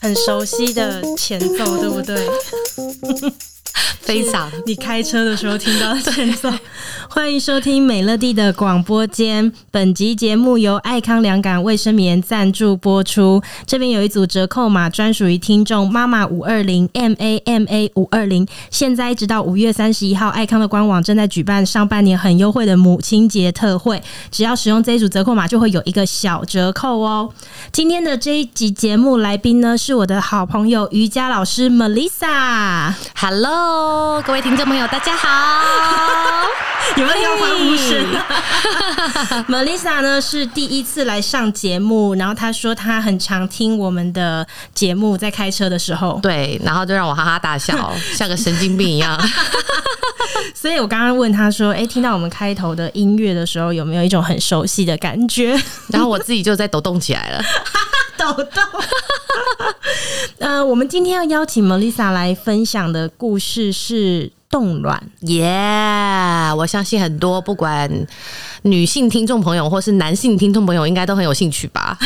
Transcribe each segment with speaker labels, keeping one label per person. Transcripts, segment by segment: Speaker 1: 很熟悉的前奏，对不对？
Speaker 2: 非常
Speaker 1: 你开车的时候听到的前奏。欢迎收听美乐蒂的广播间。本集节目由爱康良感卫生棉赞助播出。这边有一组折扣码，专属于听众妈妈五二零 M A M A 五二零。现在一直到五月三十一号，爱康的官网正在举办上半年很优惠的母亲节特惠，只要使用这一组折扣码，就会有一个小折扣哦。今天的这一集节目来宾呢，是我的好朋友瑜伽老师 Melissa。
Speaker 2: Hello，各位听众朋友，大家好。
Speaker 1: 有没有要欢呼声 ？Melissa 呢是第一次来上节目，然后她说她很常听我们的节目，在开车的时候，
Speaker 2: 对，然后就让我哈哈大笑，像个神经病一 样。
Speaker 1: 所以我刚刚问她说：“哎、听到我们开头的音乐的时候，有没有一种很熟悉的感觉
Speaker 2: 然后我自己就在抖动起来了。？”
Speaker 1: 抖动。 呃，我们今天要邀请 Melissa 来分享的故事是冻卵。
Speaker 2: 耶、我相信很多不管女性听众朋友或是男性听众朋友，应该都很有兴趣吧？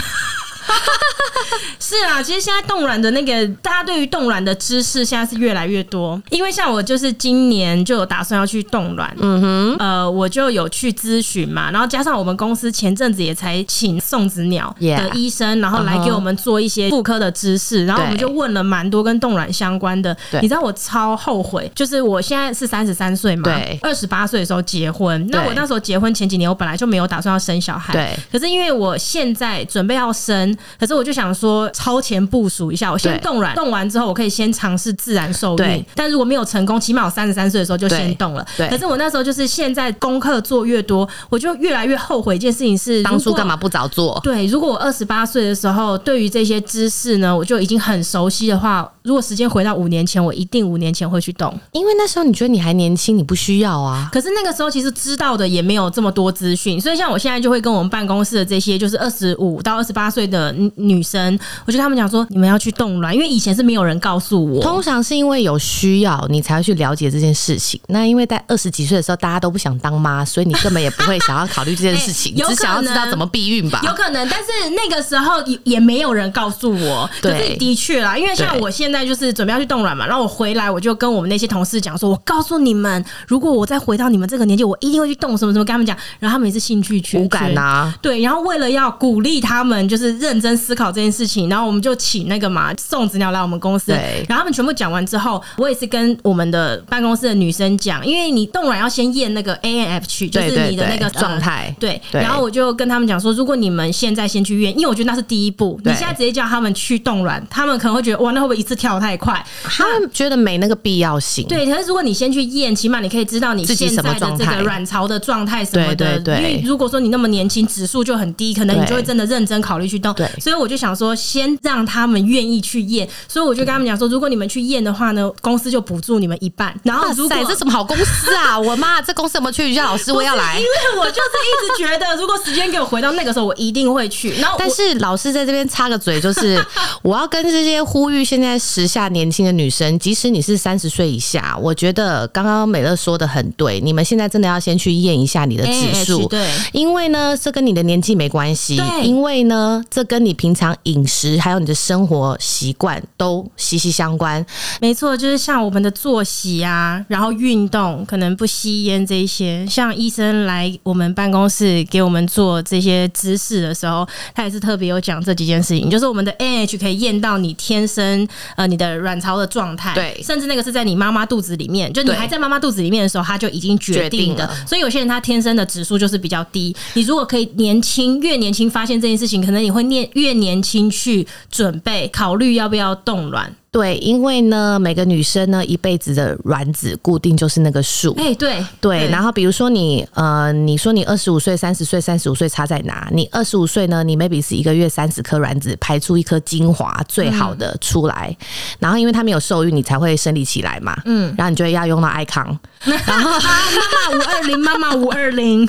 Speaker 1: 是啊，其实现在冻卵的那个，大家对于冻卵的知识现在是越来越多。因为像我就是今年就有打算要去冻卵，嗯哼，呃，我就有去咨询嘛，然后加上我们公司前阵子也才请送子鸟
Speaker 2: Yeah 嗯
Speaker 1: 的医生然后来给我们做一些妇科的知识，然后我们就问了蛮多跟冻卵相关的
Speaker 2: 对。
Speaker 1: 你知道我超后悔，就是我现在是三十三岁嘛，
Speaker 2: 对
Speaker 1: 二十八岁的时候结婚，那
Speaker 2: 对
Speaker 1: 我那时候结婚前几年，我本来就没有打算要生小孩，
Speaker 2: 对
Speaker 1: 可是因为我现在准备要生，可是我就想说超前部署一下，我先
Speaker 2: 对
Speaker 1: 冻卵，冻完之后我可以先尝试自然受孕
Speaker 2: 对。
Speaker 1: 但如果没有成功，起码我三十三岁的时候就先冻了。
Speaker 2: 对对
Speaker 1: 可是我那时候就是现在功课做越多，我就越来越后悔一件事情是
Speaker 2: 当初
Speaker 1: 如
Speaker 2: 干？
Speaker 1: 果
Speaker 2: 嘛不早做？
Speaker 1: 对，如果我二十八岁的时候，对于这些知识呢，我就已经很熟悉的话，如果时间回到五年前，我一定五年前会去动。
Speaker 2: 因为那时候你觉得你还年轻，你不需要啊。
Speaker 1: 可是那个时候其实知道的也没有这么多资讯，所以像我现在就会跟我们办公室的这些就是二十五到二十八岁的女女生，我就跟他们讲说，你们要去冻卵，因为以前是没有人告诉我。
Speaker 2: 通常是因为有需要，你才会去了解这件事情。那因为在二十几岁的时候，大家都不想当妈，所以你根本也不会想要考虑这 件事情，
Speaker 1: 哎有
Speaker 2: 只想要
Speaker 1: 可
Speaker 2: 知
Speaker 1: 能
Speaker 2: 道怎么避孕吧。
Speaker 1: 有可能，但是那个时候也也没有人告诉我。可
Speaker 2: 对
Speaker 1: 是的确啦，因为像
Speaker 2: 对
Speaker 1: 我现在就是准备要去冻卵嘛，然后我回来我就跟我们那些同事讲说，我告诉你们，如果我再回到你们这个年纪，我一定会去冻什么什么，跟他们讲，然后他们也是兴趣缺缺
Speaker 2: 无感啊，
Speaker 1: 对，然后为了要鼓励他们，就是认真思考这件事情，然后我们就请那个嘛送子鸟来我们公司，
Speaker 2: 对
Speaker 1: 然后他们全部讲完之后，我也是跟我们的办公室的女生讲，因为你冻卵要先验那个 A N F 去，就是
Speaker 2: 对对
Speaker 1: 你的那个
Speaker 2: 对状。态
Speaker 1: 呃。对，
Speaker 2: 对
Speaker 1: 然后我就跟他们讲说，如果你们现在先去验，因为我觉得那是第一步，你
Speaker 2: 对
Speaker 1: 现在直接叫他们去冻卵，他们可能会觉得哇，那会不会一次跳太快？
Speaker 2: 他们觉得没那个必要性。
Speaker 1: 对，可是如果你先去验，起码你可以知道你
Speaker 2: 自己
Speaker 1: 现在
Speaker 2: 什么
Speaker 1: 的
Speaker 2: 状
Speaker 1: 这个
Speaker 2: 态
Speaker 1: 卵巢的状态什么的。
Speaker 2: 对对对
Speaker 1: 因为如果说你那么年轻，指数就很低，可能你
Speaker 2: 对
Speaker 1: 就会真的认真考虑去动
Speaker 2: 对。
Speaker 1: 所以我就想说，先让他们愿意去验。所以我就跟他们讲说，如果你们去验的话呢，公司就补助你们一半。然后
Speaker 2: 哇
Speaker 1: 如果
Speaker 2: 塞，这什么好公司啊！ 我妈，这公司有没有去瑜伽老师？
Speaker 1: 不
Speaker 2: 我
Speaker 1: 是
Speaker 2: 要来
Speaker 1: 因。为我就是一直觉得，如果时间给我回到那个时候，我一定会去。然后我，
Speaker 2: 但是老师在这边插个嘴，就是我要跟这些呼吁现在时下年轻的女生，即使你是三十岁以下，我觉得刚刚美乐说的很对，你们现在真的要先去验一下你的指
Speaker 1: AH
Speaker 2: 数，
Speaker 1: 对
Speaker 2: 因为呢，这跟你的年纪没关系
Speaker 1: 对，
Speaker 2: 因为呢，这跟你平常饮食还有你的生活习惯都息息相关。
Speaker 1: 没错，就是像我们的作息啊，然后运动，可能不吸烟这一些。像医生来我们办公室给我们做这些知识的时候，他也是特别有讲这几件事情，就是我们的 AH 可以验到你天生呃你的卵巢的状态，
Speaker 2: 对
Speaker 1: 甚至那个是在你妈妈肚子里面，就你
Speaker 2: 对
Speaker 1: 还在妈妈肚子里面的时候，他就已经决定
Speaker 2: 决定
Speaker 1: 的。
Speaker 2: 了
Speaker 1: 所以有些人他天生的指数就是比较低，你如果可以年轻越年轻发现这件事情，可能你会念越年轻去准备考虑要不要冻卵。
Speaker 2: 对，因为呢，每个女生呢，一辈子的卵子固定就是那个数。
Speaker 1: 哎、对
Speaker 2: 对，然后比如说你呃，你说你二十五岁、三十岁、三十五岁差在哪？你二十五岁呢，你 maybe 是一个月三十颗卵子排出一颗精华最好的出来，然后因为它没有受孕，你才会生理起来嘛，嗯，然后你就要用到爱康，
Speaker 1: 然后妈妈五二零，妈妈五二零，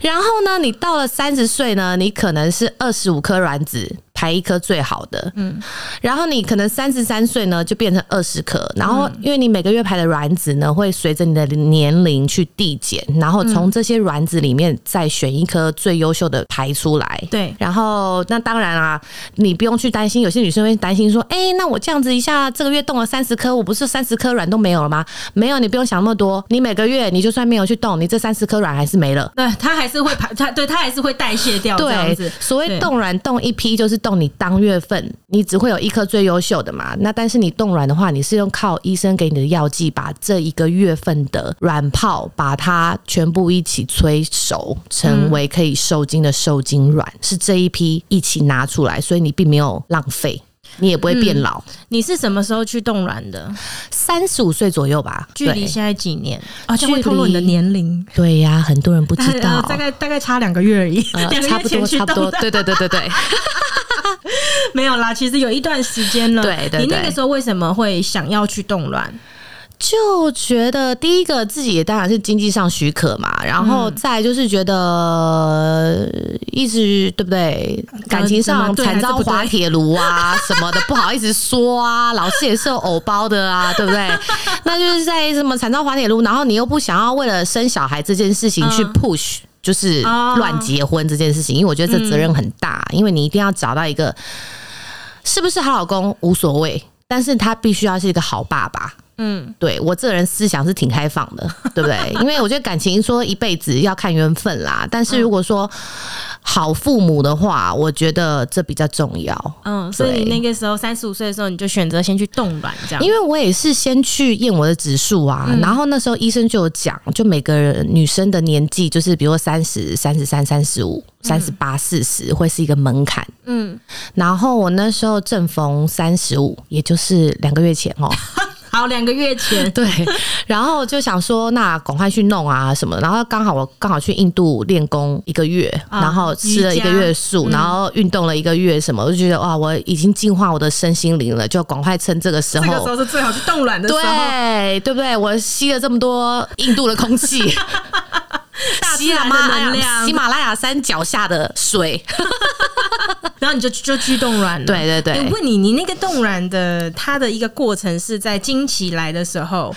Speaker 2: 然后呢，你到了三十岁呢，你可能是二十五颗卵子。排一颗最好的，嗯，然后你可能三十三岁呢就变成二十颗，然后因为你每个月排的卵子呢会随着你的年龄去递减，然后从这些卵子里面再选一颗最优秀的排出来，
Speaker 1: 对
Speaker 2: 然后那当然啊，你不用去担心，有些女生会担心说，哎、那我这样子一下这个月动了三十颗，我不是三十颗卵都没有了吗？没有，你不用想那么多，你每个月你就算没有去动，你这三十颗卵还是没了。
Speaker 1: 对，它还是会排，它对它还是会代谢掉这样子
Speaker 2: 对，。所谓
Speaker 1: 对
Speaker 2: 冻卵冻一批，就是冻你当月份，你只会有一颗最优秀的嘛。那但是你冻卵的话，你是用靠医生给你的药剂，把这一个月份的卵泡把它全部一起催熟，
Speaker 1: 嗯
Speaker 2: 成为可以受精的受精卵，是这一批一起拿出来，所以你并没有浪费。你也不会
Speaker 1: 嗯
Speaker 2: 变老，
Speaker 1: 你是什么时候去冻卵的？
Speaker 2: 三十五岁左右吧，
Speaker 1: 距离
Speaker 2: 对
Speaker 1: 现在几年？啊，
Speaker 2: 距
Speaker 1: 就
Speaker 2: 离
Speaker 1: 会透露你的年龄。呃
Speaker 2: 对呀、很多人不知道，
Speaker 1: 大概大概差两个月而已，
Speaker 2: 呃
Speaker 1: 两、个
Speaker 2: 差
Speaker 1: 月
Speaker 2: 不
Speaker 1: 前
Speaker 2: 多
Speaker 1: 去
Speaker 2: 差不
Speaker 1: 冻
Speaker 2: 多，
Speaker 1: 的，
Speaker 2: 对对对对对。
Speaker 1: 没有啦。其实有一段时间了。
Speaker 2: 对对
Speaker 1: 你那
Speaker 2: 对
Speaker 1: 个时候为什么会想要去冻卵？
Speaker 2: 就觉得第一个自己也当然是经济上许可嘛，然后
Speaker 1: 嗯
Speaker 2: 再就是觉得、呃一直对不对？感情上
Speaker 1: 嗯对还
Speaker 2: 惨
Speaker 1: 是
Speaker 2: 遭
Speaker 1: 不对
Speaker 2: 滑铁卢啊什么的，不好意思说啊，老师也是有偶包的啊，对 不对？那就是在什么惨遭滑铁卢，然后你又不想要为了生小孩这件事情去
Speaker 1: 嗯
Speaker 2: push。就是
Speaker 1: 哦
Speaker 2: 乱结婚这件事情，因为我觉得这责任很大，因为你一定要找到一个是不是好老公无所谓，但是他必须要是一个好爸爸。
Speaker 1: 嗯，
Speaker 2: 对我这个人思想是挺开放的， 对不对？因为我觉得感情说一辈子要看缘分啦，但是如果说好父母的话，我觉得这比较重要。
Speaker 1: 嗯，所以你
Speaker 2: 对
Speaker 1: 那个时候三十五岁的时候，你就选择先去冻卵，这样。嗯
Speaker 2: 因为我也是先去验我的指数啊，然后那时候医生就有讲，就每个人女生的年纪，就是比如说三十三、十三、三十五、三十八、四十，会是一个门槛。
Speaker 1: 嗯，
Speaker 2: 然后我那时候正逢三十五，也就是两个月前哦。
Speaker 1: 好，两个月前，
Speaker 2: 对，然后就想说，那赶快去弄啊什么的。然后刚好我刚好去印度练功一个月，
Speaker 1: 啊嗯
Speaker 2: 然后吃了一个月素，然后运动了一个月什么，我就觉得哇，我已经净化我的身心灵了，就赶快趁这个时
Speaker 1: 这
Speaker 2: 候。
Speaker 1: 个时候是最好去冻卵的时候，
Speaker 2: 对对不对？我吸了这么多印度的空气，
Speaker 1: 大自
Speaker 2: 喜
Speaker 1: 然
Speaker 2: 马
Speaker 1: 的
Speaker 2: 拉
Speaker 1: 能
Speaker 2: 雅
Speaker 1: 量嗯
Speaker 2: 喜，马拉雅山脚下的水，
Speaker 1: 然后你就就去冻卵了。
Speaker 2: 对对
Speaker 1: 哎
Speaker 2: 对，
Speaker 1: 问你，你那个冻卵的它的一个过程是在经期来的时候，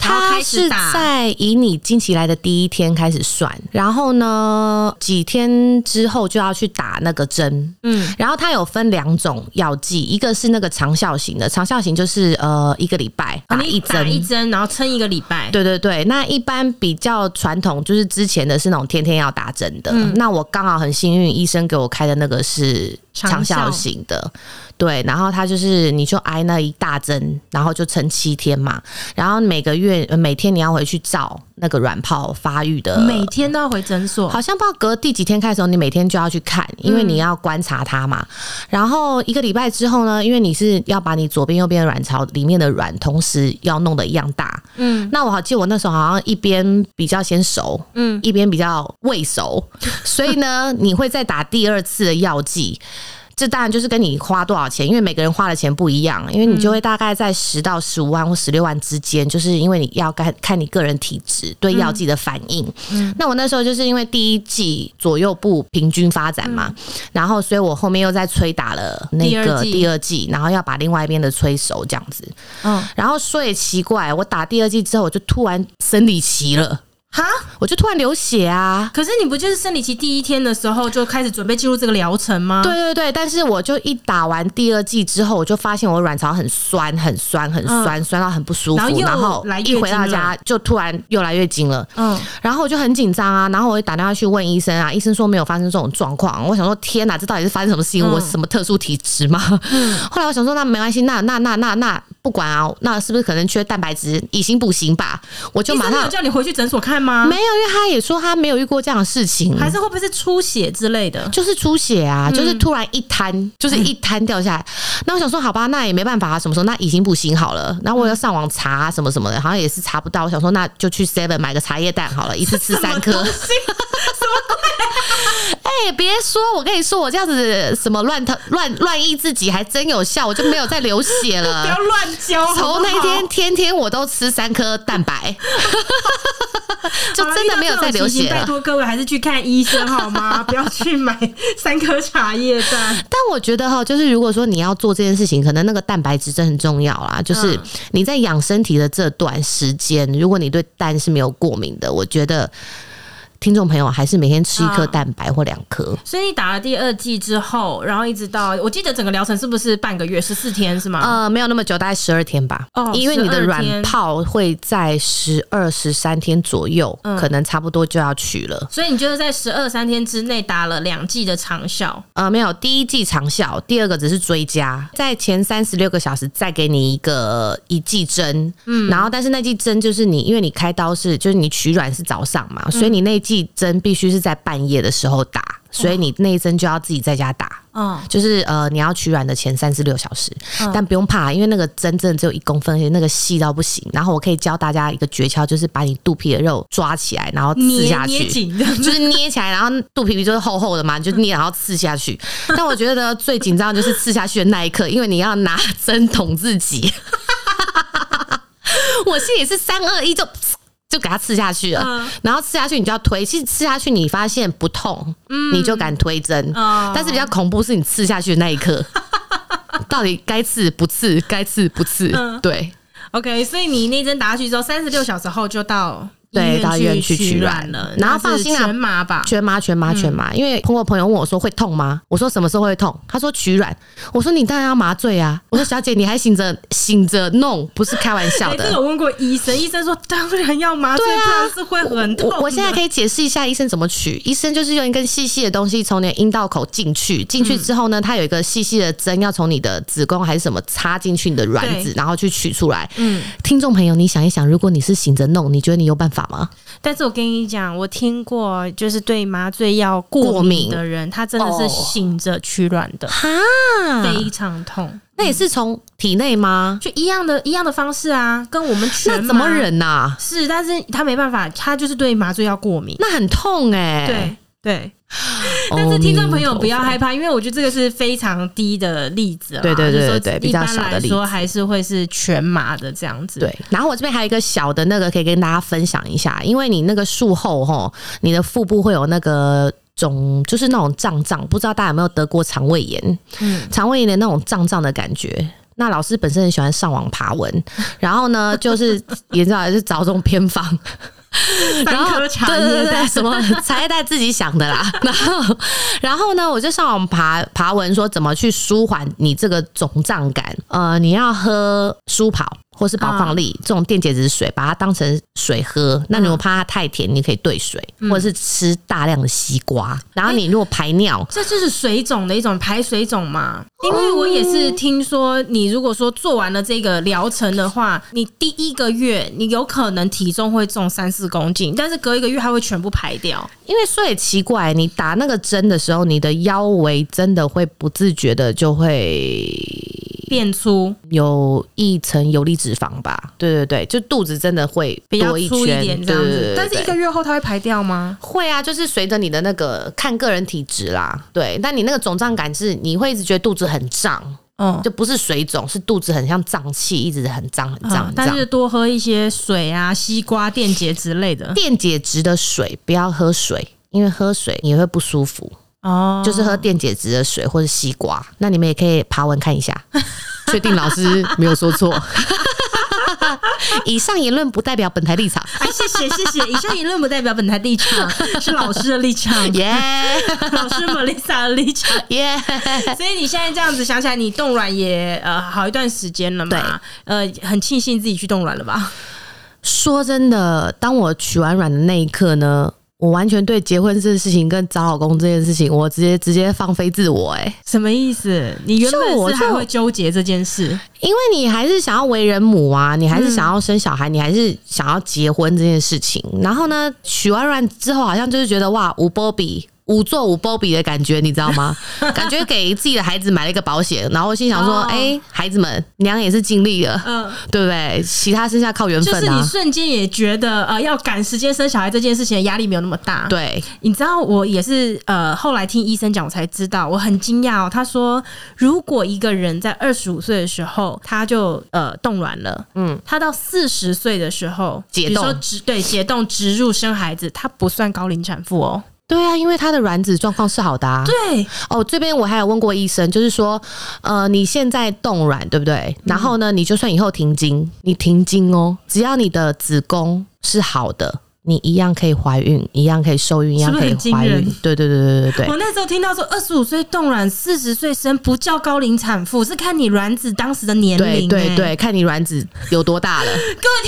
Speaker 1: 然后
Speaker 2: 它
Speaker 1: 开
Speaker 2: 是
Speaker 1: 始打
Speaker 2: 在以你经期来的第一天开始算，然后呢，几天之后就要去打那个针。
Speaker 1: 嗯
Speaker 2: 嗯，然后它有分两种药剂，一个是那个长效型的，长效型就是呃一个礼拜打
Speaker 1: 哦你
Speaker 2: 一
Speaker 1: 打
Speaker 2: 针。
Speaker 1: 一针，然后撑一个礼拜。
Speaker 2: 对对对，那一般比较传统就是之前的是那种天天要打针的，
Speaker 1: 嗯
Speaker 2: 那我刚好很幸运，医生给我开的那个是
Speaker 1: 长
Speaker 2: 长
Speaker 1: 效
Speaker 2: 效型的，对，然后它就是你就挨那一大针，然后就撑七天嘛，然后每个月呃每天你要回去照那个卵泡发育的。
Speaker 1: 每天都要回诊所，
Speaker 2: 好像不知道隔第几天开始，你每天就要去看，因为你要观察它嘛。然后一个礼拜之后呢，因为你是要把你左边、右边的卵巢里面的卵同时要弄得一样大，
Speaker 1: 嗯
Speaker 2: 那我好记得我那时候好像一边比较先熟，
Speaker 1: 嗯，
Speaker 2: 一边比较未熟，所以呢，你会再打第二次的药剂。这当然就是跟你花多少钱，因为每个人花的钱不一样，因为你就
Speaker 1: 嗯
Speaker 2: 会大概在十到十五万或十六万之间，就是因为你要看看你个人体质对药剂的反应。
Speaker 1: 嗯
Speaker 2: 那我那时候就是因为第一季左右不平均发展嘛，然后所以我后面又再催打了那
Speaker 1: 嗯第二
Speaker 2: 个
Speaker 1: 剂
Speaker 2: 第二季，然后要把另外一边的催熟这样子。
Speaker 1: 嗯，
Speaker 2: 然后说也奇怪，我打第二季之后，我就突然生理期了，
Speaker 1: 哈。
Speaker 2: 我就突然流血啊。
Speaker 1: 可是你不就是生理期第一天的时候就开始准备进入这个疗程吗？
Speaker 2: 对，对对，但是我就一打完第二季之后，我就发现我卵巢很酸，很酸，很酸，酸到很不舒服。
Speaker 1: 然后又
Speaker 2: 然后
Speaker 1: 来
Speaker 2: 一
Speaker 1: 月
Speaker 2: 回到
Speaker 1: 经
Speaker 2: 家就突然又来月经了，
Speaker 1: 嗯，
Speaker 2: 然后我就很紧张啊，然后我就打电话去问医生啊，医生说没有发生这种状况。我想说天哪，这到底是发生什么事情？
Speaker 1: 嗯
Speaker 2: 我什么特殊体质吗？ 后来我想说那没关系，那那那那那不管啊，那是不是可能缺蛋白质？以形补形吧，我就
Speaker 1: 医
Speaker 2: 马
Speaker 1: 生没
Speaker 2: 上
Speaker 1: 有叫你回去诊所看吗？
Speaker 2: 没有，因为他也说他没有遇过这样的事情，啊
Speaker 1: 还是会不会是出血之类 的？
Speaker 2: 就是出血
Speaker 1: 嗯
Speaker 2: 啊，就是突然一滩，就是一滩掉下来。 那我想说，好吧，那也没办法啊，什么时候那以形补形好了。然后我要上网查啊什么什么的，好像也是查不到。我想说， 那就去 Seven 买个茶叶蛋好了，一次吃三颗。
Speaker 1: 什么东西
Speaker 2: 哎、也别说，我跟你说，我这样子什么乱投乱乱医自己还真有效，我就没有再流血
Speaker 1: 不
Speaker 2: 了
Speaker 1: 要。乱教。好
Speaker 2: 从
Speaker 1: 不
Speaker 2: 那
Speaker 1: 好
Speaker 2: 天天天我都吃三颗蛋白， 就
Speaker 1: 好了
Speaker 2: 真的没有再流血
Speaker 1: 遇到这种情形拜
Speaker 2: 了。
Speaker 1: 托各位还是去看医生好 吗？不要去买三颗茶叶蛋。
Speaker 2: 但我觉得哈，就是如果说你要做这件事情，可能那个蛋白质真的很重要啦。就是
Speaker 1: 嗯
Speaker 2: 你在养身体的这段时间，如果你对蛋是没有过敏的，我觉得听众朋友还是每天吃一颗
Speaker 1: 嗯
Speaker 2: 蛋白或两颗。
Speaker 1: 所以你打了第二剂之后，然后一直到我记得整个疗程是不是半个月十四天是吗？
Speaker 2: 呃，没有那么久，大概十二天吧。
Speaker 1: 嗯哦
Speaker 2: 因为你的
Speaker 1: 12
Speaker 2: 软
Speaker 1: 天
Speaker 2: 泡会在十二、十三天左右，
Speaker 1: 嗯
Speaker 2: 可能差不多就要取了。
Speaker 1: 所以你就是在十二三天之内打了两剂的长效，
Speaker 2: 呃，没有，第一季长效，第二个只是追加，在前三十六个小时再给你一个一剂针，嗯，然后但是那剂针就是你，因为你开刀是就是你取卵是早上嘛，
Speaker 1: 嗯
Speaker 2: 所以你那剂针必须是在半夜的时候打，所以你那一针就要自己在家打。
Speaker 1: 嗯，
Speaker 2: 就是呃，你要取卵的前三十六小时，
Speaker 1: 嗯
Speaker 2: 但不用怕，因为那个针真的只有一公分，而且那个细到不行。然后我可以教大家一个诀窍，就是把你肚皮的肉抓起来，然后刺
Speaker 1: 捏
Speaker 2: 下
Speaker 1: 捏
Speaker 2: 去。
Speaker 1: 紧的。
Speaker 2: 就是捏起来，然后肚皮皮就是厚厚的嘛，你就捏，然后刺下去。但我觉得最紧张的就是刺下去的那一刻，因为你要拿针捅自己。 我心里是三二一就就给它刺下去了，
Speaker 1: 嗯
Speaker 2: 然后刺下去你就要推，其实刺下去你发现不痛，
Speaker 1: 嗯
Speaker 2: 你就敢推针。
Speaker 1: 哦
Speaker 2: 但是比较恐怖是你刺下去的那一刻， 到底该刺不刺，该刺不刺？
Speaker 1: 嗯
Speaker 2: 对
Speaker 1: OK，所以你那针打下去之后，三十六小时后就到
Speaker 2: 对，到医院去
Speaker 1: 去
Speaker 2: 取
Speaker 1: 卵
Speaker 2: 卵
Speaker 1: 了，
Speaker 2: 然后
Speaker 1: 那是
Speaker 2: 放心啊
Speaker 1: 全，麻吧。
Speaker 2: 全麻全
Speaker 1: 嗯
Speaker 2: 麻全麻。因为通过朋友问我说会痛吗？我说什么时候会痛？他说取卵。我说你当然要麻醉啊。我说小姐你还醒着醒着弄，不是开玩笑
Speaker 1: 哎，
Speaker 2: 的。
Speaker 1: 这个我问过医生，医生说当然要麻醉，
Speaker 2: 对啊
Speaker 1: 不然是会很痛啊的
Speaker 2: 我我现在 可以解释一下医生怎么取。医生就是用一根细细的东西从你的阴道口进去，进去之
Speaker 1: 嗯
Speaker 2: 后呢，它有一个细细的针要从你的子宫还是什么插进去你的卵子
Speaker 1: 对，
Speaker 2: 然后去取出来。
Speaker 1: 嗯
Speaker 2: 嗯，听众朋友，你想一想，如果你是醒着弄，你觉得你有办法吗？
Speaker 1: 但是我跟你讲，我听过就是对麻醉药过
Speaker 2: 过
Speaker 1: 敏
Speaker 2: 敏
Speaker 1: 的人，他真的是
Speaker 2: 哦
Speaker 1: 醒着取卵的，嗯
Speaker 2: 哈，
Speaker 1: 非常痛，
Speaker 2: 那也是从体内吗？
Speaker 1: 就一样的一样的方式啊，跟我们全
Speaker 2: 那怎么
Speaker 1: 麻
Speaker 2: 忍啊呐、
Speaker 1: 是，但是他没办法，他就是对麻醉药过敏。
Speaker 2: 那很痛哎、
Speaker 1: 对对，
Speaker 2: 哦，
Speaker 1: 但是听众朋友不要
Speaker 2: 明白
Speaker 1: 害怕，因为我觉得这个是非常低的例子啦。啊
Speaker 2: 对对对
Speaker 1: 就是说
Speaker 2: 对对
Speaker 1: 一般
Speaker 2: 比较少的
Speaker 1: 来
Speaker 2: 例
Speaker 1: 说
Speaker 2: 子
Speaker 1: 还是会是全麻的这样子。，
Speaker 2: 对，然后我这边还有一个小的那个可以跟大家分享一下，因为你那个术后吼，你的腹部会有那个肿，就是那种胀胀，不知道大家有没有得过肠胃炎？
Speaker 1: 嗯
Speaker 2: 肠胃炎的那种胀胀的感觉。那老师本身很喜欢上网爬文，然后呢，就是 也知道就是找这种偏方，
Speaker 1: 三
Speaker 2: 然后
Speaker 1: 颗茶
Speaker 2: 对
Speaker 1: 叶
Speaker 2: 对对对，
Speaker 1: 蛋
Speaker 2: 什么茶叶蛋自己想的啦。 然后，然后呢，我就上网爬爬文说怎么去舒缓你这个肿胀感。呃，你要喝舒跑或是保放力、这种电解质水，把它当成水喝。那你如果怕它太甜，你可以兑水，或者是吃大量的西瓜。然后你如果排尿，
Speaker 1: 这就是水肿的一种排水肿嘛，因为我也是听说，你如果说做完了这个疗程的
Speaker 2: 哦
Speaker 1: 话，你第一个月你有可能体重会重三四公斤，但是隔一个月它会全部排掉。
Speaker 2: 因为说也奇怪，你打那个针的时候，你的腰围真的会不自觉的就会
Speaker 1: 变粗
Speaker 2: 有一层游离脂肪吧，对对对，就肚子真的会
Speaker 1: 比较
Speaker 2: 多一
Speaker 1: 粗一
Speaker 2: 圈，
Speaker 1: 点这样
Speaker 2: 对对
Speaker 1: 子
Speaker 2: 对，
Speaker 1: 但是一
Speaker 2: 对
Speaker 1: 个月后它会排掉吗？
Speaker 2: 会啊，就是随着你的那个看个人体质啦，对，但你那个肿胀感是你会一直觉得肚子很胀，
Speaker 1: 嗯，
Speaker 2: 就不是水肿，是肚子很像胀气，一直很胀很胀
Speaker 1: 嗯
Speaker 2: 很
Speaker 1: 但
Speaker 2: 胀。
Speaker 1: 是多喝一些水啊、西瓜、电解之类的
Speaker 2: 电解质的水不要喝水，因为喝水你会不舒服，
Speaker 1: 哦，
Speaker 2: 就是喝电解质的水或者西瓜。那你们也可以爬文看一 下，确定老师没有说错。 以上言论不代表本台立场。
Speaker 1: 哎，谢谢谢谢，以上言论不代表本台立 场，是老师的立 场，
Speaker 2: 耶
Speaker 1: 老师 Melissa 的立场。
Speaker 2: 耶！
Speaker 1: 所以你现在这样子想起来，你冻卵也呃好一段时间了嘛？呃，很庆幸自己去冻卵了吧？
Speaker 2: 说真的，当我取完卵的那一刻呢，我完全对结婚这件事情跟找老公这件事情，我直接直接放飞自我、欸，
Speaker 1: 什么意思？你原
Speaker 2: 就
Speaker 1: 本
Speaker 2: 我
Speaker 1: 是还
Speaker 2: 就
Speaker 1: 会纠结这件事，
Speaker 2: 因为你还是想要为人母啊，你还是想要生小孩，你还是想要结婚这件事情。然后呢，取完卵之后，好像就是觉得哇，无波比。五做五波比的感觉，你知道吗？ 感觉给自己的孩子买了一个保险，然后心想说：“
Speaker 1: 哦
Speaker 2: 哎、孩子们，娘也是尽力了，
Speaker 1: 嗯
Speaker 2: 对不对？其他剩下靠缘
Speaker 1: 就是
Speaker 2: 分
Speaker 1: 你
Speaker 2: 啊。
Speaker 1: 瞬间也觉得，呃，要赶时间生小孩这件事情的压力没有那么大。，
Speaker 2: 对，
Speaker 1: 你知道我也是，呃，后来听医生讲，我才知道，我很惊讶哦。他说，如果一个人在二十五岁的时候他就呃冻卵了，嗯，他到四十岁的时候
Speaker 2: 解
Speaker 1: 比如说
Speaker 2: 冻
Speaker 1: 植对解冻植入生孩子，他不算高龄产妇哦。
Speaker 2: 对啊，因为他的卵子状况是好的、啊。
Speaker 1: 对，
Speaker 2: 哦，这边我还有问过医生，就是说，呃，你现在冻卵对不对？
Speaker 1: 嗯
Speaker 2: 然后呢，你就算以后停经，你停经哦，只要你的子宫是好的，你一样可以怀孕，一样可以受孕，一样可以
Speaker 1: 是不是
Speaker 2: 怀
Speaker 1: 很惊
Speaker 2: 孕
Speaker 1: 人。
Speaker 2: 对对对对对对
Speaker 1: 我那时候听到说二十五岁冻卵，四十岁生不叫高龄产妇，是看你卵子当时的年
Speaker 2: 对
Speaker 1: 龄、
Speaker 2: 对
Speaker 1: 欸
Speaker 2: 对，看你卵子有多 大了，
Speaker 1: 各位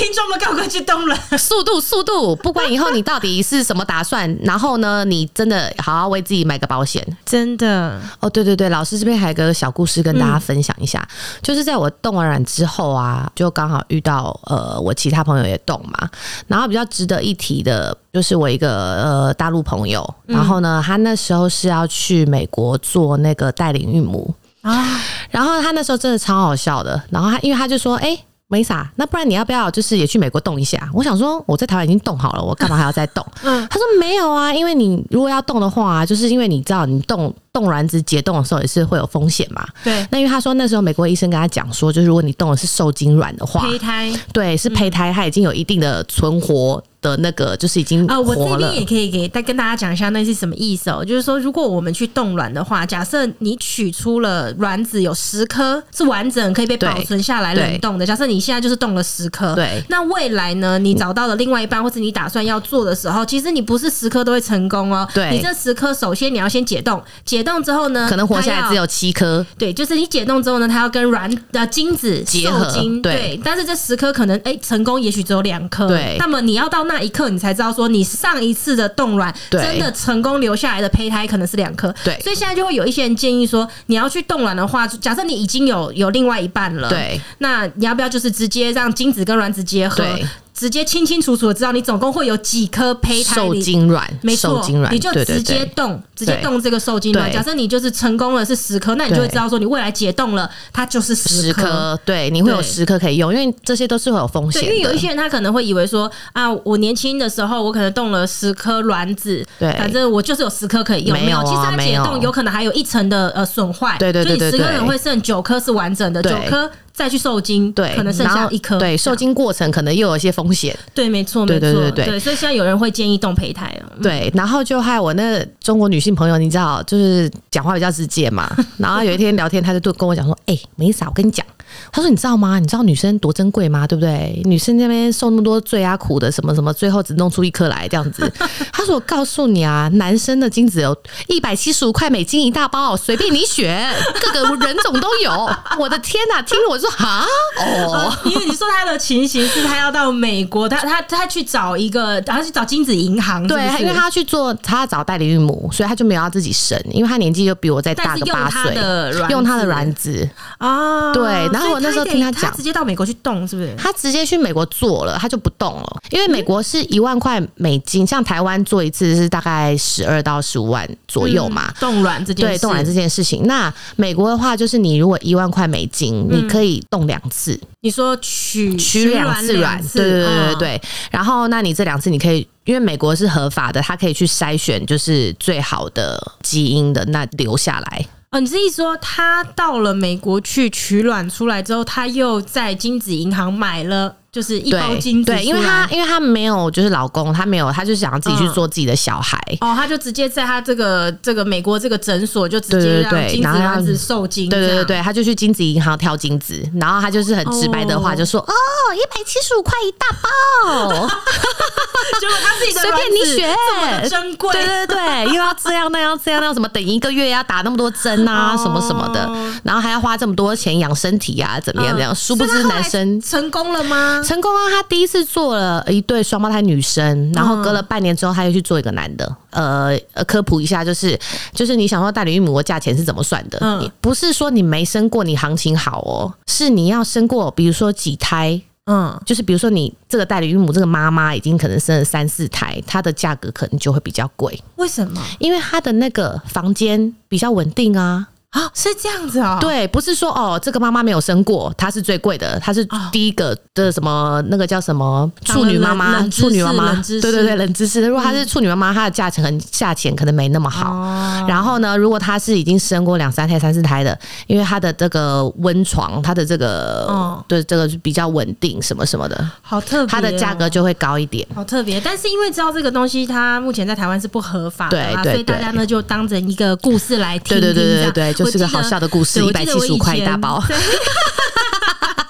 Speaker 1: 听众们，赶快去冻卵。
Speaker 2: 速度速度，不管以后你到底是什么打算，然后呢，你真的好好为自己买个保险。
Speaker 1: 真的，
Speaker 2: 哦，对对对，老师这边还有个小故事跟大家分享一下，就是在我冻完卵之后啊，就刚好遇到呃，我其他朋友也冻嘛，然后比较值得一提的就是我一个呃大陆朋友，然后呢，他那时候是要去美国做那个带领孕母，
Speaker 1: 啊，
Speaker 2: 然后他那时候真的超好笑的，然后他因为他就说，哎、没啥，那不然你要不要就是也去美国动一下？我想说我在台湾已经动好了，我干嘛还要再动？
Speaker 1: 嗯
Speaker 2: 他说没有啊，因为你如果要动的话、啊，就是因为你知道你动动卵子解冻的时候也是会有风险嘛。
Speaker 1: 对，
Speaker 2: 那因为他说那时候美国医生跟他讲说，就是如果你动的是受精卵 的话，
Speaker 1: 胚胎
Speaker 2: 对，是胚胎，它已经有一定的存活的那个，就是已经
Speaker 1: 啊、我
Speaker 2: 嗯活
Speaker 1: 这
Speaker 2: 了
Speaker 1: 边。也可以给再跟大家讲一下那是什么意思哦。就是说，如果我们去冻卵的话，假设你取出了卵子有十颗是完整可以被保
Speaker 2: 对
Speaker 1: 存下来
Speaker 2: 对
Speaker 1: 冷冻的，假设你现在就是冻了十颗，
Speaker 2: 对
Speaker 1: 那未来呢，你找到了另外一半，或是你打算要做的时候，其实你不是十颗都会成功哦。
Speaker 2: 对
Speaker 1: 你这十颗首先你要先解冻，解冻之后呢，
Speaker 2: 可能活下
Speaker 1: 嗯它
Speaker 2: 来
Speaker 1: 要
Speaker 2: 只有七颗，
Speaker 1: 对，就是你解冻之后呢，它要跟卵呃精子
Speaker 2: 结
Speaker 1: 受
Speaker 2: 合
Speaker 1: 精
Speaker 2: 对
Speaker 1: 但是这十颗可能哎、成功，也许只有两颗，
Speaker 2: 对
Speaker 1: 那么你要到那一刻，你才知道说你上一次的冻卵
Speaker 2: 对
Speaker 1: 真的成功留下来的胚胎可能是两颗，
Speaker 2: 对
Speaker 1: 所以现在就会有一些人建议说，你要去冻卵的话，假设你已经有有另外一半了，，
Speaker 2: 对
Speaker 1: 那你要不要就是直接让精子跟卵子结合
Speaker 2: 对，
Speaker 1: 直接清清楚楚的知道你总共会有几颗 胚胎
Speaker 2: 受
Speaker 1: 你
Speaker 2: 精卵，
Speaker 1: 没
Speaker 2: 受
Speaker 1: 错
Speaker 2: 精，卵，
Speaker 1: 你就
Speaker 2: 对对
Speaker 1: 直接
Speaker 2: 对
Speaker 1: 动，直接
Speaker 2: 对
Speaker 1: 动这个受精卵。
Speaker 2: 对
Speaker 1: 假设你就是成功了是十颗，那你就会
Speaker 2: 对
Speaker 1: 知道说你未来解冻了，它就是
Speaker 2: 十
Speaker 1: 十颗。
Speaker 2: 颗，对，你会有
Speaker 1: 对
Speaker 2: 十颗可以用，因为这些都是会有风险
Speaker 1: 对，
Speaker 2: 的。
Speaker 1: 因为有一些人他可能会以为说啊，我年轻的时候我可能冻了十颗卵子，
Speaker 2: 对
Speaker 1: 反正我就是有十颗可以用，
Speaker 2: 没有啊
Speaker 1: 其实它解
Speaker 2: 没
Speaker 1: 冻
Speaker 2: 有
Speaker 1: 有可能还有一层的呃损坏，
Speaker 2: 对对对对
Speaker 1: 所以你十颗
Speaker 2: 对
Speaker 1: 可能会剩九颗是完整的，
Speaker 2: 对
Speaker 1: 九颗再去受精，
Speaker 2: 对，
Speaker 1: 可能剩
Speaker 2: 然
Speaker 1: 下
Speaker 2: 后
Speaker 1: 一颗，
Speaker 2: 对，受
Speaker 1: 这样，
Speaker 2: 精过程可能又有一些风险，
Speaker 1: 对，没错，没
Speaker 2: 对
Speaker 1: 错，
Speaker 2: 对对对
Speaker 1: 所以现在有人会建议冻胚胎了，
Speaker 2: 对，然后就害我那中国女性朋友，你知道，就是讲话比较直接 嘛。然后有一天聊天，她就对跟我讲说：“哎、没啥，我跟你讲，她说你知道吗？你知道女生多珍贵吗？对不对？女生那边受那么多罪啊苦的什么什么，最后只弄出一颗来这样 子。”她说：“我告诉你啊，男生的精子有一百七十五块美金一大包，随便你选，各个人种都有。我的天哪、听了我就说哈哦。
Speaker 1: 因为你说他的情形是他要到美国，他他他去找一个，他去找精子银行，
Speaker 2: 对，
Speaker 1: 是不是
Speaker 2: 因为他要去做，他要找代理孕母，所以他就没有要自己生，因为他年纪就比我再大
Speaker 1: 但是
Speaker 2: 个
Speaker 1: 用
Speaker 2: 八
Speaker 1: 他
Speaker 2: 岁，
Speaker 1: 的卵子
Speaker 2: 用他的卵子，
Speaker 1: 啊，
Speaker 2: 对然后我那时候
Speaker 1: 所以
Speaker 2: 听
Speaker 1: 他
Speaker 2: 他
Speaker 1: 得
Speaker 2: 讲
Speaker 1: 直接到美国去动，是不是？
Speaker 2: 他直接去美国做了，他就不动了，因为美国是一万块美金，像台湾做一次是大概十二到十五万左右嘛。
Speaker 1: 冻卵这件事，
Speaker 2: 对冻卵这件事情，那美国的话就是你如果一万块美金，你可以冻两次，
Speaker 1: 嗯你说取
Speaker 2: 取两
Speaker 1: 卵哦嗯
Speaker 2: 次卵，对对对对，对。然后，那你这两次你可以，因为美国是合法的，它可以去筛选就是最好的基因的，那留下来。
Speaker 1: 嗯哦，你是意思说他到了美国去取卵出来之后，他又在精子银行买了就是一包
Speaker 2: 对
Speaker 1: 精子出来，
Speaker 2: 对，因为她因为她没有就是老公，她没有，她就想要自己去
Speaker 1: 嗯
Speaker 2: 做自己的小孩。
Speaker 1: 哦，他就直接在他这个这个美国这个诊所就直接
Speaker 2: 对对
Speaker 1: 让
Speaker 2: 对
Speaker 1: 精子
Speaker 2: 然后
Speaker 1: 卵子受精，
Speaker 2: 对对
Speaker 1: 这
Speaker 2: 对
Speaker 1: 样
Speaker 2: 对，她就去精子银行挑精子，然后她就是很直白的话，
Speaker 1: 哦
Speaker 2: 就说：“哦，一百七十五块一大包，
Speaker 1: 结果他自己的
Speaker 2: 随
Speaker 1: 卵
Speaker 2: 便
Speaker 1: 子
Speaker 2: 你选。”
Speaker 1: 这么的珍贵，
Speaker 2: 对对对，又要这样那样这样那样，什么等一个月要打那么多针啊，
Speaker 1: 哦
Speaker 2: 什么什么的，然后还要花这么多钱养身体啊，怎么样怎么样？
Speaker 1: 嗯
Speaker 2: 殊不
Speaker 1: 所以
Speaker 2: 知
Speaker 1: 他后来
Speaker 2: 男生
Speaker 1: 成功了吗？
Speaker 2: 成功啊，他第一次做了一对双胞胎女生，然后隔了半年之后，他又去做一个男的。呃呃，科普一下，就是就是你想说代理孕母的价钱是怎么算的？
Speaker 1: 嗯
Speaker 2: 你不是说你没生过你行情好哦，是你要生过，比如说几胎。
Speaker 1: 嗯，
Speaker 2: 就是比如说你这个代理孕母这个妈妈已经可能生了三四胎，它的价格可能就会比较贵，
Speaker 1: 为什么
Speaker 2: 因为它的那个房间比较稳定啊。
Speaker 1: 啊？是这样子哦，，
Speaker 2: 对，不是说哦，这个妈妈没有生过，她是最贵的，她是第一个的什么那个叫什么处女妈
Speaker 1: 冷
Speaker 2: 妈，
Speaker 1: 冷知识
Speaker 2: 处女妈妈
Speaker 1: 冷知识，
Speaker 2: 对对对，冷知识。如果她是处女妈妈，她的价钱可能价钱可能没那么好。
Speaker 1: 哦，
Speaker 2: 然后呢，如果她是已经生过两三胎、三四胎的，因为她的这个温床，她的这个、
Speaker 1: 哦
Speaker 2: 对这个就比较稳定，什么什么的，
Speaker 1: 好特别哦，
Speaker 2: 它的价格就会高一点。
Speaker 1: 好特别，但是因为知道这个东西，它目前在台湾是不合法的啦，
Speaker 2: 对对
Speaker 1: 所以大家呢就当成一个故事来听。
Speaker 2: 对对对
Speaker 1: 听这
Speaker 2: 对
Speaker 1: 样
Speaker 2: 对对，就是个好笑的故事，
Speaker 1: 我
Speaker 2: 一
Speaker 1: 记
Speaker 2: 百
Speaker 1: 得
Speaker 2: 七十五块一 大包。。
Speaker 1: 对我记得我以前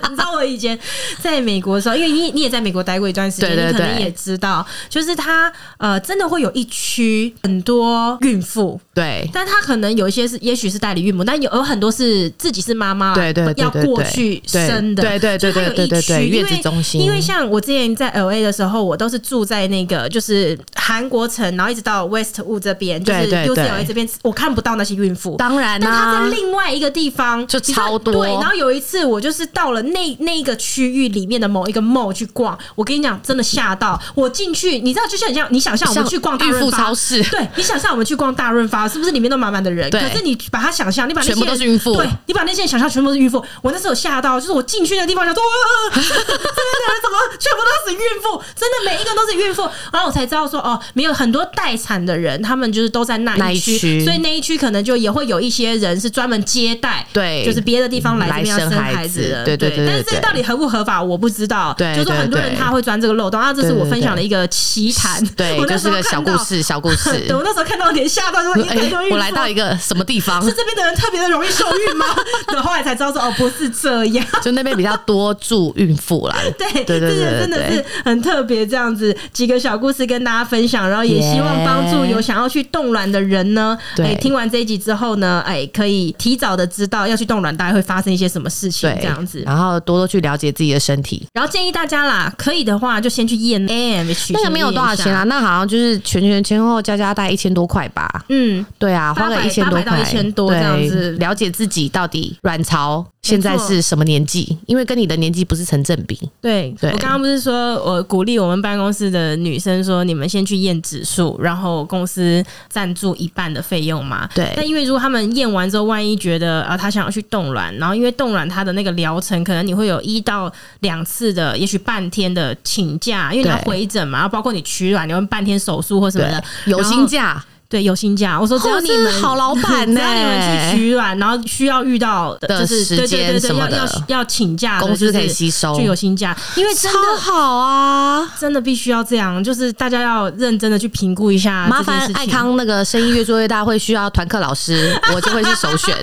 Speaker 1: 对你知道我以前在美国的时候，因为你你也在美国待过一段时间，
Speaker 2: 对对
Speaker 1: 你可能
Speaker 2: 对
Speaker 1: 也知道，就是它呃真的会有一区很多孕妇，
Speaker 2: 对
Speaker 1: 但她可能有一些是也许是代理孕母，但有有很多是自己是妈妈啦，
Speaker 2: 对对对
Speaker 1: 要
Speaker 2: 对
Speaker 1: 过
Speaker 2: 对
Speaker 1: 去
Speaker 2: 对
Speaker 1: 生的，
Speaker 2: 对对对
Speaker 1: 所以它有
Speaker 2: 对对
Speaker 1: 一区
Speaker 2: 对对
Speaker 1: 因为
Speaker 2: 月子中心
Speaker 1: 因为像我之前在 L A 的时候，我都是住在那个就是韩国城，然后一直到 Westwood 这边，就是
Speaker 2: 对对
Speaker 1: U C
Speaker 2: 对
Speaker 1: L A 这边，我看不到那些孕妇。
Speaker 2: 当然
Speaker 1: 但
Speaker 2: 啦、
Speaker 1: 他在另外一个地方
Speaker 2: 就超多
Speaker 1: 你知道对，然后有一次我就是到了那那一个区域里面的某一个 mall 去逛，我跟你讲，真的吓到我进去，你知道，就像你像你想象我们去逛大
Speaker 2: 孕
Speaker 1: 润
Speaker 2: 妇
Speaker 1: 发
Speaker 2: 超市，
Speaker 1: 对你想象我们去逛大润发，是不是里面都满满的人？可
Speaker 2: 对
Speaker 1: 是你把它想 象，你把那些
Speaker 2: 全部都是孕妇
Speaker 1: 对你把那些人想象全部都是孕妇。我那时候有吓到，就是我进去那个地方，想说，哇， 这边的人怎么全部都是孕妇？真的每一个都是孕妇。然后我才知道说，哦，没有很多待产的人，他们就是都在那
Speaker 2: 那
Speaker 1: 一
Speaker 2: 一
Speaker 1: 区，
Speaker 2: 区
Speaker 1: 所以那一区可能就也会有一些人是专门接待，
Speaker 2: 对
Speaker 1: 就是别的地方来
Speaker 2: 来
Speaker 1: 这边要
Speaker 2: 生
Speaker 1: 生
Speaker 2: 孩
Speaker 1: 孩子
Speaker 2: 子
Speaker 1: 的，
Speaker 2: 对对对
Speaker 1: 但是
Speaker 2: 对
Speaker 1: 这个
Speaker 2: 对
Speaker 1: 到底合不合法，我不知道。
Speaker 2: 对
Speaker 1: 就是
Speaker 2: 对
Speaker 1: 很多人
Speaker 2: 对
Speaker 1: 他会钻这个漏洞啊，这是
Speaker 2: 对对
Speaker 1: 我分享
Speaker 2: 对
Speaker 1: 的一个奇谈。
Speaker 2: 对
Speaker 1: 我，那
Speaker 2: 就
Speaker 1: 时
Speaker 2: 是
Speaker 1: 候
Speaker 2: 个小
Speaker 1: 看
Speaker 2: 故
Speaker 1: 到
Speaker 2: 事，小故事
Speaker 1: 对，。我那时候看到有点吓到，就说：“哎、太 多孕妇
Speaker 2: 我来到一个什么地方
Speaker 1: 是？这边的人特别的容易受孕吗？”然后后来才知道说：“哦，不是这样。
Speaker 2: 就那边比较多住孕妇啦。
Speaker 1: 对”
Speaker 2: 对对
Speaker 1: 这个
Speaker 2: 对
Speaker 1: 真的
Speaker 2: 对
Speaker 1: 是很特别，这样子几个小故事跟大家分享，然后也希望
Speaker 2: Yeah
Speaker 1: 帮助有想要去冻卵的人呢，
Speaker 2: 对
Speaker 1: 哎、听完这一集之后呢，哎、可以提早的知道要去冻卵，大概会发生一些什么事情，
Speaker 2: 对，
Speaker 1: 这样子。
Speaker 2: 然后多多去了解自己的身体。
Speaker 1: 然后建议大家啦，可以的话就先去验 AMH，
Speaker 2: 那个没有多少钱啊，那好像就是全全前后加加大概一千多块吧。
Speaker 1: 嗯，
Speaker 2: 对啊，
Speaker 1: 八
Speaker 2: 花
Speaker 1: 百
Speaker 2: 个一千
Speaker 1: 八
Speaker 2: 多
Speaker 1: 百到
Speaker 2: 块，
Speaker 1: 1000多
Speaker 2: 对
Speaker 1: 这样子
Speaker 2: 了解自己到底卵巢现在是什么年纪，因为跟你的年纪不是成正比。
Speaker 1: 对，
Speaker 2: 对
Speaker 1: 我刚刚不是说我鼓励我们办公室的女生说，你们先去验指数，然后公司赞助一半的费用嘛。
Speaker 2: 对
Speaker 1: 但因为如果他们验完之后，万一觉得啊，她想要去冻卵，然后因为冻卵它的那个疗程，可能你会有一到两次的，也许半天的请假，因为你要
Speaker 2: 对
Speaker 1: 回诊嘛，然后包括你取卵，你要半天手术或什么
Speaker 2: 对
Speaker 1: 的，，
Speaker 2: 有薪假，
Speaker 1: 对，有薪假。我说只要
Speaker 2: 哦
Speaker 1: 你
Speaker 2: 这
Speaker 1: 们、
Speaker 2: 是 好老板欸
Speaker 1: 只要你们
Speaker 2: 呢
Speaker 1: 去取卵，然后需要遇到
Speaker 2: 的
Speaker 1: 就是
Speaker 2: 时
Speaker 1: 对对对
Speaker 2: 间
Speaker 1: 对
Speaker 2: 什么
Speaker 1: 要
Speaker 2: 的
Speaker 1: 要要请假的，
Speaker 2: 公司可以
Speaker 1: 就是
Speaker 2: 吸收
Speaker 1: 就，有薪假，因为真
Speaker 2: 超
Speaker 1: 的。
Speaker 2: 好啊！
Speaker 1: 真的必须要这样，就是大家要认真的去评估一下。
Speaker 2: 麻烦爱，康那个生意越做越大，会需要团课 老师，我就会是首选。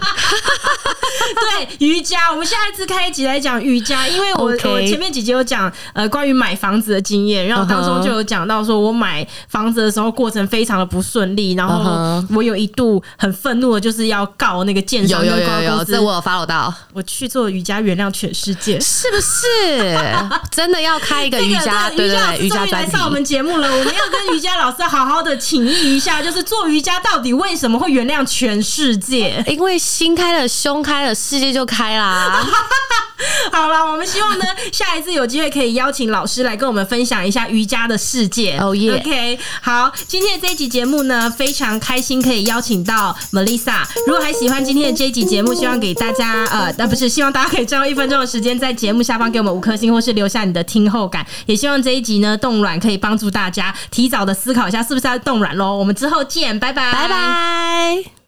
Speaker 1: 对瑜伽，我们下一次开一集来讲瑜伽，因为我
Speaker 2: OK
Speaker 1: 我前面几集有讲呃关于买房子的经验，然后当中
Speaker 2: 嗯哼
Speaker 1: 就有讲到说我买房子的时候过程非常的不顺利，然后
Speaker 2: 嗯
Speaker 1: 我有一度很愤怒的就是要告那个建商
Speaker 2: 有
Speaker 1: 跟
Speaker 2: 有
Speaker 1: 广
Speaker 2: 有
Speaker 1: 告公
Speaker 2: 有，
Speaker 1: 司，
Speaker 2: 这我有 follow 到，
Speaker 1: 我去做瑜伽，原谅全世界。
Speaker 2: 是不是？真的要开一个
Speaker 1: 这
Speaker 2: 瑜
Speaker 1: 个
Speaker 2: 伽，
Speaker 1: 这
Speaker 2: 对
Speaker 1: 个
Speaker 2: 对对，
Speaker 1: 瑜
Speaker 2: 瑜
Speaker 1: 伽老
Speaker 2: 伽
Speaker 1: 师终于来
Speaker 2: 专题
Speaker 1: 上。我们节目了，我们要跟瑜伽老师好好的请益一下，就是做瑜伽到底为什么会原谅全世界？
Speaker 2: 因为心开了，胸开了，世界就 开啦。
Speaker 1: 好了，我们希望呢，下一次有机会可以邀请老师来跟我们分享一下瑜伽的世界。
Speaker 2: Oh, yeah
Speaker 1: OK，好，今天的这一集节目呢，非常开心可以邀请到 Melissa。如果还喜欢今天的这一集节目，希望给大家呃，那、不是，希望大家可以占用一分钟的时间，在节目下方给我们五颗星，或是留下你的听后感。也希望这一集呢，冻卵可以帮助大家提早的思考一下，是不是要冻卵喽。我们之后见，拜拜，
Speaker 2: 拜拜。